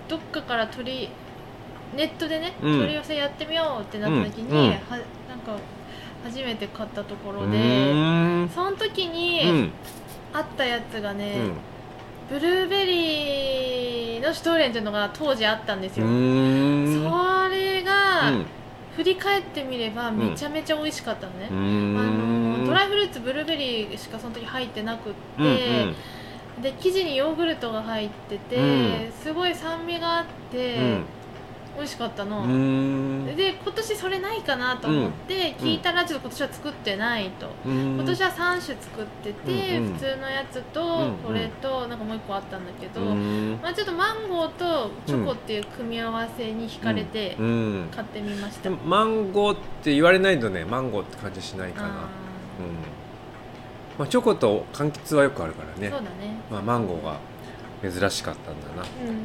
[SPEAKER 3] どっかから取りネットでね、
[SPEAKER 2] うん
[SPEAKER 3] 取り寄せやってみようってなった時に、
[SPEAKER 2] うんうん
[SPEAKER 3] はなんか初めて買ったところ
[SPEAKER 2] う
[SPEAKER 3] で、
[SPEAKER 2] ーん
[SPEAKER 3] その時
[SPEAKER 2] う
[SPEAKER 3] に
[SPEAKER 2] ん
[SPEAKER 3] あったやつがね、
[SPEAKER 2] うん
[SPEAKER 3] ブルーベリーのシュトーレンっていうのが当時あったんです
[SPEAKER 2] う
[SPEAKER 3] よ、
[SPEAKER 2] ーん
[SPEAKER 3] それが、
[SPEAKER 2] うん
[SPEAKER 3] 振り返ってみれば
[SPEAKER 2] ん
[SPEAKER 3] めちゃめちゃ美味しかったのね、
[SPEAKER 2] う
[SPEAKER 3] あの
[SPEAKER 2] ーん
[SPEAKER 3] ドライフルーツブルーベリーしかその時入ってなくって、
[SPEAKER 2] うんうん
[SPEAKER 3] で生地にヨーグルトが入ってて、
[SPEAKER 2] う
[SPEAKER 3] すごい酸味があって、
[SPEAKER 2] うん
[SPEAKER 3] 美味しかった
[SPEAKER 2] うー
[SPEAKER 3] の、
[SPEAKER 2] ん
[SPEAKER 3] で今年それないかなと思って聞いたらちょっと今年は作ってないと、今
[SPEAKER 2] 今
[SPEAKER 3] 年は3種作ってて、
[SPEAKER 2] うんうん
[SPEAKER 3] 普通のやつ
[SPEAKER 2] うん
[SPEAKER 3] と
[SPEAKER 2] うん
[SPEAKER 3] これとなんかもう1個あったんだけど、
[SPEAKER 2] うん
[SPEAKER 3] まあ、ちょっとマンゴーとチョコっていう組み合わせに惹かれて
[SPEAKER 2] うん
[SPEAKER 3] 買ってみまし
[SPEAKER 2] で
[SPEAKER 3] た、
[SPEAKER 2] もマンゴーって言われないとねマンゴーって感じしないかな、うん
[SPEAKER 3] あ
[SPEAKER 2] まあ、チョコと柑橘はよくあるから
[SPEAKER 3] ー
[SPEAKER 2] ね
[SPEAKER 3] そうだね
[SPEAKER 2] まあ、マンゴーが珍しかったんだな
[SPEAKER 3] うんうん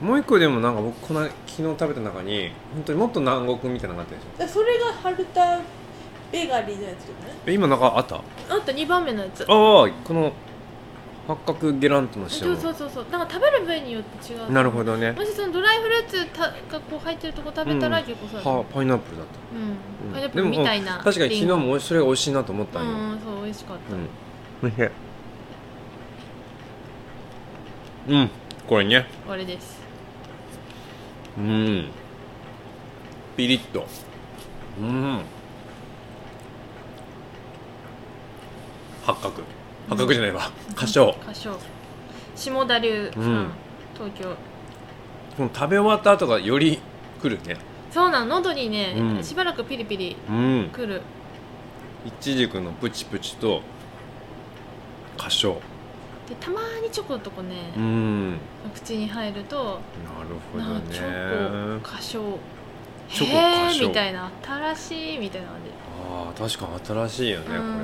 [SPEAKER 2] もう一個でもなんか僕この昨日食べた中に本当にもっと南国みたいなのがあったでしょ
[SPEAKER 4] だそれがハルタベガリーのやつだよね
[SPEAKER 2] え今なんかあったあ
[SPEAKER 3] あと2番目のやつ
[SPEAKER 2] あこの八角ゲラントの塩
[SPEAKER 3] そうそうそうそうなんか食べる部位によって違う
[SPEAKER 2] なるほどね
[SPEAKER 3] もしそのドライフルーツたがこう入ってるとこ食べたら
[SPEAKER 2] うん
[SPEAKER 3] 結構そうだね
[SPEAKER 2] はパイナップルだった
[SPEAKER 3] う
[SPEAKER 2] うん
[SPEAKER 3] んパイナップルみたいな
[SPEAKER 2] 確かに昨日
[SPEAKER 3] リンゴ
[SPEAKER 2] もそれが美味しいなと思ったんよ、
[SPEAKER 3] うんうんそう美味しかっ
[SPEAKER 2] うんおいしいうんこれね
[SPEAKER 3] たあれです
[SPEAKER 2] うんピリッとうん八角八角じゃないわ花椒
[SPEAKER 3] 花椒下田流さん、
[SPEAKER 2] うん
[SPEAKER 3] 東京
[SPEAKER 2] この食べ終わった後がよりくるね
[SPEAKER 3] そうなの喉にね、
[SPEAKER 2] うん
[SPEAKER 3] しばらくピリピリ
[SPEAKER 2] うん
[SPEAKER 3] くる
[SPEAKER 2] いちじくのプチプチと花椒
[SPEAKER 3] でたまにチョコのとこね、
[SPEAKER 2] うんな
[SPEAKER 3] 口に入ると
[SPEAKER 2] るほ
[SPEAKER 3] な
[SPEAKER 2] ど
[SPEAKER 3] んかチョ
[SPEAKER 2] ね
[SPEAKER 3] コ花椒
[SPEAKER 2] チョコ
[SPEAKER 3] へ
[SPEAKER 2] 花椒
[SPEAKER 3] ーみたいな新しいみたいな感じ、
[SPEAKER 2] あー確かに新しいよねこ
[SPEAKER 3] う
[SPEAKER 2] れ
[SPEAKER 3] ん
[SPEAKER 2] は。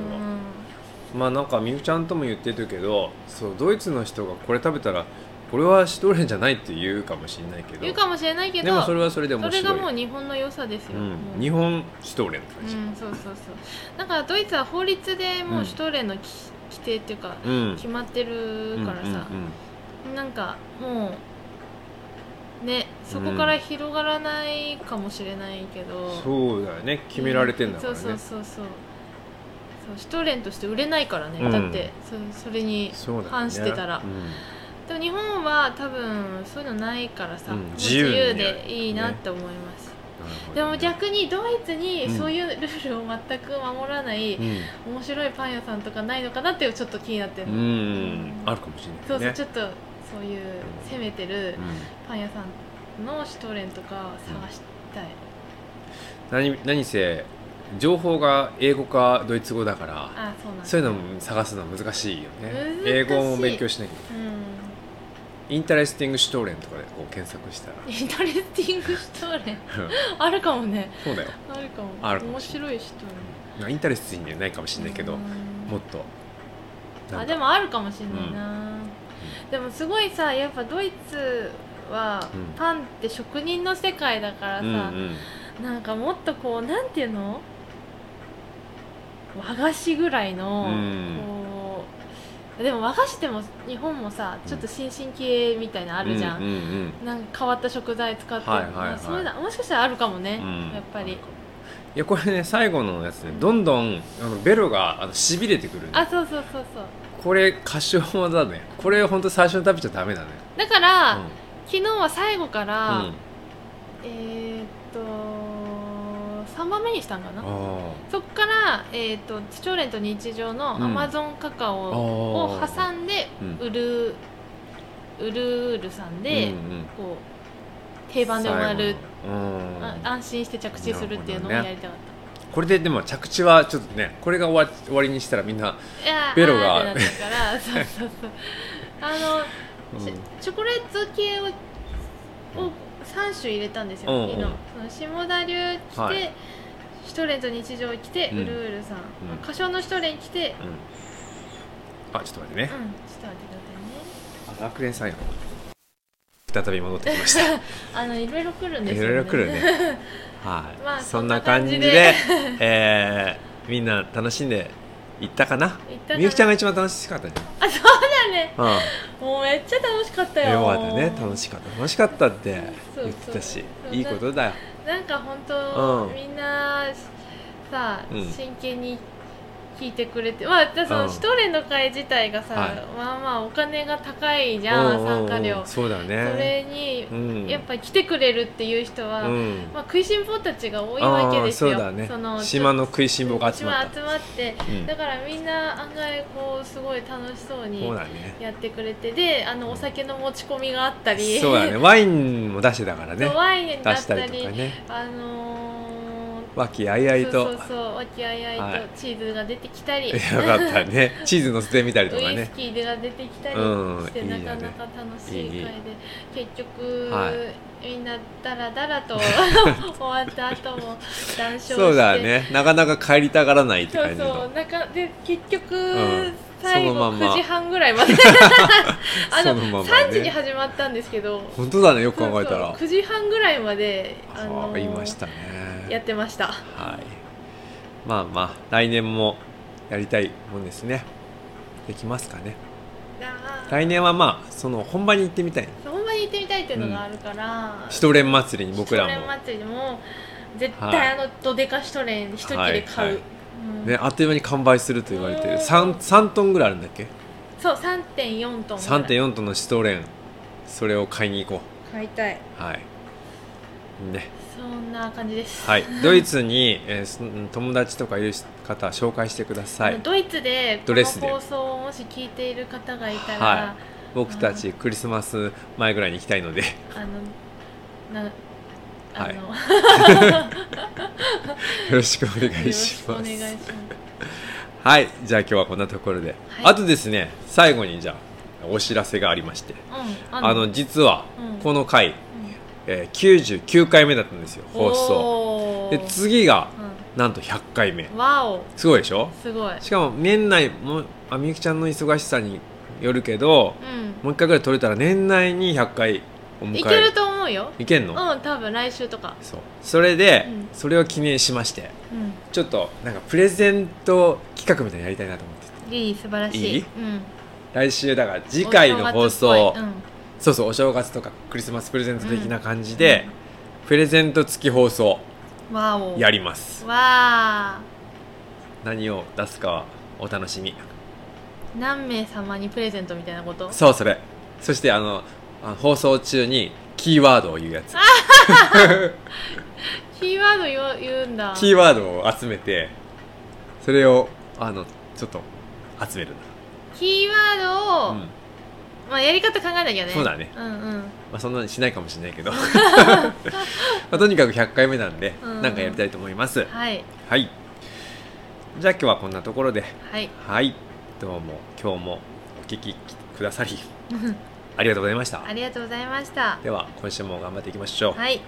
[SPEAKER 2] まあなんかみゆちゃんとも言ってるけどそうドイツの人がこれ食べたらこれはシュトーレンじゃないって言うかもしれないけど
[SPEAKER 3] 言うかもしれないけど
[SPEAKER 2] でもそれはそれで面
[SPEAKER 3] そ
[SPEAKER 2] 白い
[SPEAKER 3] れがもう日本の良さですよ、
[SPEAKER 2] う、
[SPEAKER 3] もうん
[SPEAKER 2] 日本シュトーレンって感じ、
[SPEAKER 3] うん、そうそうそうなんかドイツは法律でも
[SPEAKER 2] うん
[SPEAKER 3] うシュトーレンのき、規定っていうか
[SPEAKER 2] うん
[SPEAKER 3] 決まってるからさ、
[SPEAKER 2] うんうん
[SPEAKER 3] なんかもうねそこから広がらないかもしれないけど、
[SPEAKER 2] うんそうだよね決められてんだからね、
[SPEAKER 3] そうそうそうそうそうシュトーレンとして売れないからね、
[SPEAKER 2] うん
[SPEAKER 3] だってそそれに
[SPEAKER 2] そうだよね
[SPEAKER 3] 反してたら
[SPEAKER 2] うん
[SPEAKER 3] でも日本は多分そういうのないからさ、
[SPEAKER 2] うん
[SPEAKER 3] もう
[SPEAKER 2] 自由に
[SPEAKER 3] でいいなって思います、でも、
[SPEAKER 2] なる
[SPEAKER 3] 逆にドイツに
[SPEAKER 2] うん
[SPEAKER 3] そういうルールを全く守らない
[SPEAKER 2] ほどね
[SPEAKER 3] 面白いパン屋さんとかないのかなってちょっと気になってる、
[SPEAKER 2] うん、うん、あるかもしれないね
[SPEAKER 3] そうそう、ち
[SPEAKER 2] ょっ
[SPEAKER 3] ょっとそういう攻めてる
[SPEAKER 2] と、うん
[SPEAKER 3] パン屋さんのシュトーレンとか探したい、
[SPEAKER 2] 何何せ情報が英語かドイツ語だから
[SPEAKER 3] あそうなんだ
[SPEAKER 2] そういうのも探すのは難しいよね
[SPEAKER 3] 難しい
[SPEAKER 2] 英語も勉強しなきゃいけな
[SPEAKER 3] う
[SPEAKER 2] いインタレスティングシュトーレンとかでこう検索したら
[SPEAKER 3] んインタレスティングシュトーレン
[SPEAKER 2] うん
[SPEAKER 3] あるかもね
[SPEAKER 2] そうだよ
[SPEAKER 3] あるかも
[SPEAKER 2] あるかも
[SPEAKER 3] 面
[SPEAKER 2] しれ
[SPEAKER 3] 白いシュトーレ
[SPEAKER 2] まあインタレスティングじゃないかもし
[SPEAKER 3] ン
[SPEAKER 2] れないけど
[SPEAKER 3] うん
[SPEAKER 2] もっとなんか
[SPEAKER 3] あでもあるかもしれないな、でもすごいさやっぱドイツは
[SPEAKER 2] うん
[SPEAKER 3] パンって職人の世界だから
[SPEAKER 2] う
[SPEAKER 3] さ、
[SPEAKER 2] んうん
[SPEAKER 3] なんかもっとこうなんていうの和菓子ぐらいの、
[SPEAKER 2] うん
[SPEAKER 3] こうでも和菓子でも日本もさちょっと新進気鋭みたいなのあるじゃん、
[SPEAKER 2] うんうんうん
[SPEAKER 3] なんか変わった食材使って、
[SPEAKER 2] はいはいはい
[SPEAKER 3] まあそういうのもしかしたらあるかもね、
[SPEAKER 2] うん
[SPEAKER 3] やっぱり
[SPEAKER 2] いやこれね最後のやつねどんどんあのベロがあのしびれてくるね
[SPEAKER 3] あそうそうそうそう
[SPEAKER 2] これ歌唱だねこれ本当最初に食べちゃダメだね
[SPEAKER 3] だから、
[SPEAKER 2] うん
[SPEAKER 3] 昨日は最後から、
[SPEAKER 2] うん
[SPEAKER 3] えーっと3番目にしたんかな
[SPEAKER 2] あ
[SPEAKER 3] そこから、えー、とチョーレンと日常の
[SPEAKER 2] うん
[SPEAKER 3] アマゾンカカオを
[SPEAKER 2] あー
[SPEAKER 3] 挟んで
[SPEAKER 2] うん
[SPEAKER 3] ウル,、ウルールさん
[SPEAKER 2] ーうん
[SPEAKER 3] で、
[SPEAKER 2] うん
[SPEAKER 3] こう定番で終わる、
[SPEAKER 2] 最後のうん
[SPEAKER 3] あ安心して着地するっていうのを
[SPEAKER 2] な
[SPEAKER 3] や
[SPEAKER 2] るほどね
[SPEAKER 3] りたかっ
[SPEAKER 2] これででも着地はちょっとねこれが終わり終わりにしたらみんな、
[SPEAKER 3] た、いやー
[SPEAKER 2] ベロが
[SPEAKER 3] あーってなったから そうそうそうあの、しチョコレート系をを3種入れたんですよ、
[SPEAKER 2] うんうん
[SPEAKER 3] 昨日その下田流来て、
[SPEAKER 2] はい
[SPEAKER 3] シュトレンと日常来て、
[SPEAKER 2] うん
[SPEAKER 3] ウルールさん、
[SPEAKER 2] うん
[SPEAKER 3] 歌唱のシュトレン来て、
[SPEAKER 2] うんあちょっと待ってね
[SPEAKER 3] うん、ちょっと待ってくださいね。
[SPEAKER 2] あ楽天さんよ再び戻ってきました
[SPEAKER 3] あのいろいろ来るんです
[SPEAKER 2] い
[SPEAKER 3] よ、ね。
[SPEAKER 2] ろいろ来る。 ねはい、
[SPEAKER 3] まあ
[SPEAKER 2] そんな感じで えーみんな楽しんでいったかな
[SPEAKER 3] 行ったかな
[SPEAKER 2] みゆきちゃんが一番楽しかったじ
[SPEAKER 3] あ、そうだね。
[SPEAKER 2] ゃん、うん
[SPEAKER 3] もうめっちゃ楽しかったよ。
[SPEAKER 2] よかったね楽しかった楽しかったって
[SPEAKER 3] そうそう
[SPEAKER 2] 言ってたし
[SPEAKER 3] そんない
[SPEAKER 2] いことだよ
[SPEAKER 3] なんか本当、
[SPEAKER 2] うん
[SPEAKER 3] みんなさ、
[SPEAKER 2] うん
[SPEAKER 3] 真剣に聞いてくれて、まあだそ
[SPEAKER 2] うん
[SPEAKER 3] のシュトレンの会自体がさ、
[SPEAKER 2] はい
[SPEAKER 3] まあまあお金が高いじゃん、
[SPEAKER 2] うん
[SPEAKER 3] 参加
[SPEAKER 2] うん
[SPEAKER 3] 料
[SPEAKER 2] うん。そうだ
[SPEAKER 3] そ
[SPEAKER 2] ね
[SPEAKER 3] れに、
[SPEAKER 2] うん
[SPEAKER 3] やっぱ来てくれるっていう人は、
[SPEAKER 2] うん
[SPEAKER 3] まあ食いしん坊たちが多いわけ
[SPEAKER 2] ああ
[SPEAKER 3] ですよ。
[SPEAKER 2] そうだね
[SPEAKER 3] の
[SPEAKER 2] 島の食いしん坊が集まっ
[SPEAKER 3] 島
[SPEAKER 2] た
[SPEAKER 3] 集まって、
[SPEAKER 2] うん
[SPEAKER 3] だからみんな案外こうすごい楽しそうに
[SPEAKER 2] そうだね
[SPEAKER 3] やってくれてであのお酒の持ち込みがあったり
[SPEAKER 2] そうだねワインも出してたから
[SPEAKER 3] そ
[SPEAKER 2] ね
[SPEAKER 3] うワインだ
[SPEAKER 2] 出
[SPEAKER 3] っ
[SPEAKER 2] した
[SPEAKER 3] た
[SPEAKER 2] り
[SPEAKER 3] り
[SPEAKER 2] とかね
[SPEAKER 3] あの
[SPEAKER 2] 和気あいあ
[SPEAKER 3] ー、
[SPEAKER 2] い
[SPEAKER 3] そ
[SPEAKER 2] と
[SPEAKER 3] うそうそう和気あいあい
[SPEAKER 2] はい
[SPEAKER 3] とチーズが出てきたり、
[SPEAKER 2] よ かったねチーズのせてみたりと
[SPEAKER 3] ウ
[SPEAKER 2] か
[SPEAKER 3] イ
[SPEAKER 2] ね
[SPEAKER 3] スキーが出てきたり
[SPEAKER 2] うん
[SPEAKER 3] して、
[SPEAKER 2] いいよ
[SPEAKER 3] な
[SPEAKER 2] ね
[SPEAKER 3] かなか楽しい会で
[SPEAKER 2] いいいい
[SPEAKER 3] 結局、
[SPEAKER 2] は
[SPEAKER 3] みんなダラダラ と終わった後も談笑して
[SPEAKER 2] そうだねなかなか帰りたがらないって
[SPEAKER 3] そ
[SPEAKER 2] 感
[SPEAKER 3] う
[SPEAKER 2] じの
[SPEAKER 3] そうなんかで結局、
[SPEAKER 2] ん
[SPEAKER 3] 最
[SPEAKER 2] そのま
[SPEAKER 3] 後
[SPEAKER 2] んま
[SPEAKER 3] 9時半ぐらいまで あ
[SPEAKER 2] その
[SPEAKER 3] の
[SPEAKER 2] まんまね
[SPEAKER 3] 3時に始まったんですけど
[SPEAKER 2] 本当だねよく考えた
[SPEAKER 3] そう
[SPEAKER 2] ら
[SPEAKER 3] そう9時半ぐらいまであ
[SPEAKER 2] あ
[SPEAKER 3] の
[SPEAKER 2] あいました
[SPEAKER 3] や
[SPEAKER 2] ね
[SPEAKER 3] ってました
[SPEAKER 2] はいまあまあ来年もやりたいもんですねできますかね来年はまあその本場に行ってみたい
[SPEAKER 3] ほんまに行ってみたいっていうのがあるから、
[SPEAKER 2] シュトレン祭りに僕ら
[SPEAKER 3] シュトレン
[SPEAKER 2] も、
[SPEAKER 3] 祭りも絶
[SPEAKER 2] はい
[SPEAKER 3] 対あのどでかシュトレン一切れ買う、
[SPEAKER 2] はいはい
[SPEAKER 3] うん
[SPEAKER 2] ね、あっという間に完売すると言われて
[SPEAKER 3] う
[SPEAKER 2] る
[SPEAKER 3] ん
[SPEAKER 2] 3, 3トンぐらいあるんだっけ
[SPEAKER 3] そう3.4トンぐらい
[SPEAKER 2] 3.4トンのシュトレンそれを買いに行こ
[SPEAKER 3] 買いたいう
[SPEAKER 2] はいね
[SPEAKER 3] そんな感じです、
[SPEAKER 2] はいドイツに、えーそん友達とかいう方紹介してくださ
[SPEAKER 3] あの
[SPEAKER 2] い
[SPEAKER 3] ドイツでこ
[SPEAKER 2] ドレスで
[SPEAKER 3] の放送をもし聞いている方がいたら、
[SPEAKER 2] はい僕たちクリスマス前ぐらいに行きたい ので
[SPEAKER 3] あの、な、あの、
[SPEAKER 2] よろしくお願
[SPEAKER 3] よろ
[SPEAKER 2] い
[SPEAKER 3] し
[SPEAKER 2] し
[SPEAKER 3] くお
[SPEAKER 2] ま
[SPEAKER 3] 願い
[SPEAKER 2] す
[SPEAKER 3] します。
[SPEAKER 2] はいじゃあ今日はこんなところで、
[SPEAKER 3] はい
[SPEAKER 2] あとですね最後にじゃあお知らせがありまして
[SPEAKER 3] うん、
[SPEAKER 2] あの実は
[SPEAKER 3] うん
[SPEAKER 2] この回、えー99回目だったんですよ放送
[SPEAKER 3] 送
[SPEAKER 2] で次が
[SPEAKER 3] う
[SPEAKER 2] なんと100回目
[SPEAKER 3] ん、わお、
[SPEAKER 2] すごいでしょ
[SPEAKER 3] すごい。
[SPEAKER 2] しかも年内もあみゆきちゃんの忙しさによるけど
[SPEAKER 3] う
[SPEAKER 2] もう1回ぐらい取れたら年内に100回お迎
[SPEAKER 3] ん、
[SPEAKER 2] え
[SPEAKER 3] いけると思うよ。
[SPEAKER 2] いけん
[SPEAKER 3] う
[SPEAKER 2] の、
[SPEAKER 3] ん、多分来週とか。
[SPEAKER 2] そうそれで、
[SPEAKER 3] うん
[SPEAKER 2] それを記念しまして
[SPEAKER 3] う
[SPEAKER 2] ちょっとなんかプレゼント企画みたいなのやりたいなと思ってて
[SPEAKER 3] ん、いい、素晴らしい。
[SPEAKER 2] いい
[SPEAKER 3] うん、
[SPEAKER 2] 来週だから次回の放送、
[SPEAKER 3] お正月っぽいうん、
[SPEAKER 2] そうそうお正月とかクリスマスプレゼント的な感じで、プレゼント付き放送
[SPEAKER 3] わお。
[SPEAKER 2] やります
[SPEAKER 3] わあ、
[SPEAKER 2] 何を出すかはお楽しみ
[SPEAKER 3] 何名様にプレゼントみたいなこと。
[SPEAKER 2] そうそれそしてあのあ放送中にキーワードを言うやつ
[SPEAKER 3] キーワード言わ言うんだ。
[SPEAKER 2] キーワードを集めてそれをあのちょっと集める
[SPEAKER 3] キーワー
[SPEAKER 2] な、
[SPEAKER 3] ド
[SPEAKER 2] う
[SPEAKER 3] を、
[SPEAKER 2] んま
[SPEAKER 3] まあやり方考えなきゃね。
[SPEAKER 2] そうだね
[SPEAKER 3] うんうん。
[SPEAKER 2] あ、そんなにしないかもしれないけど、まあ、とにかく100回目なんで、
[SPEAKER 3] うん
[SPEAKER 2] なんかやりたいと思います
[SPEAKER 3] はい。
[SPEAKER 2] はいじゃあ今日はこんなところで
[SPEAKER 3] はい
[SPEAKER 2] はいどうも今日もお聞きくだ さりありがとうございました
[SPEAKER 3] ありがとうございました
[SPEAKER 2] では今週も頑張っていきましょう、
[SPEAKER 3] はい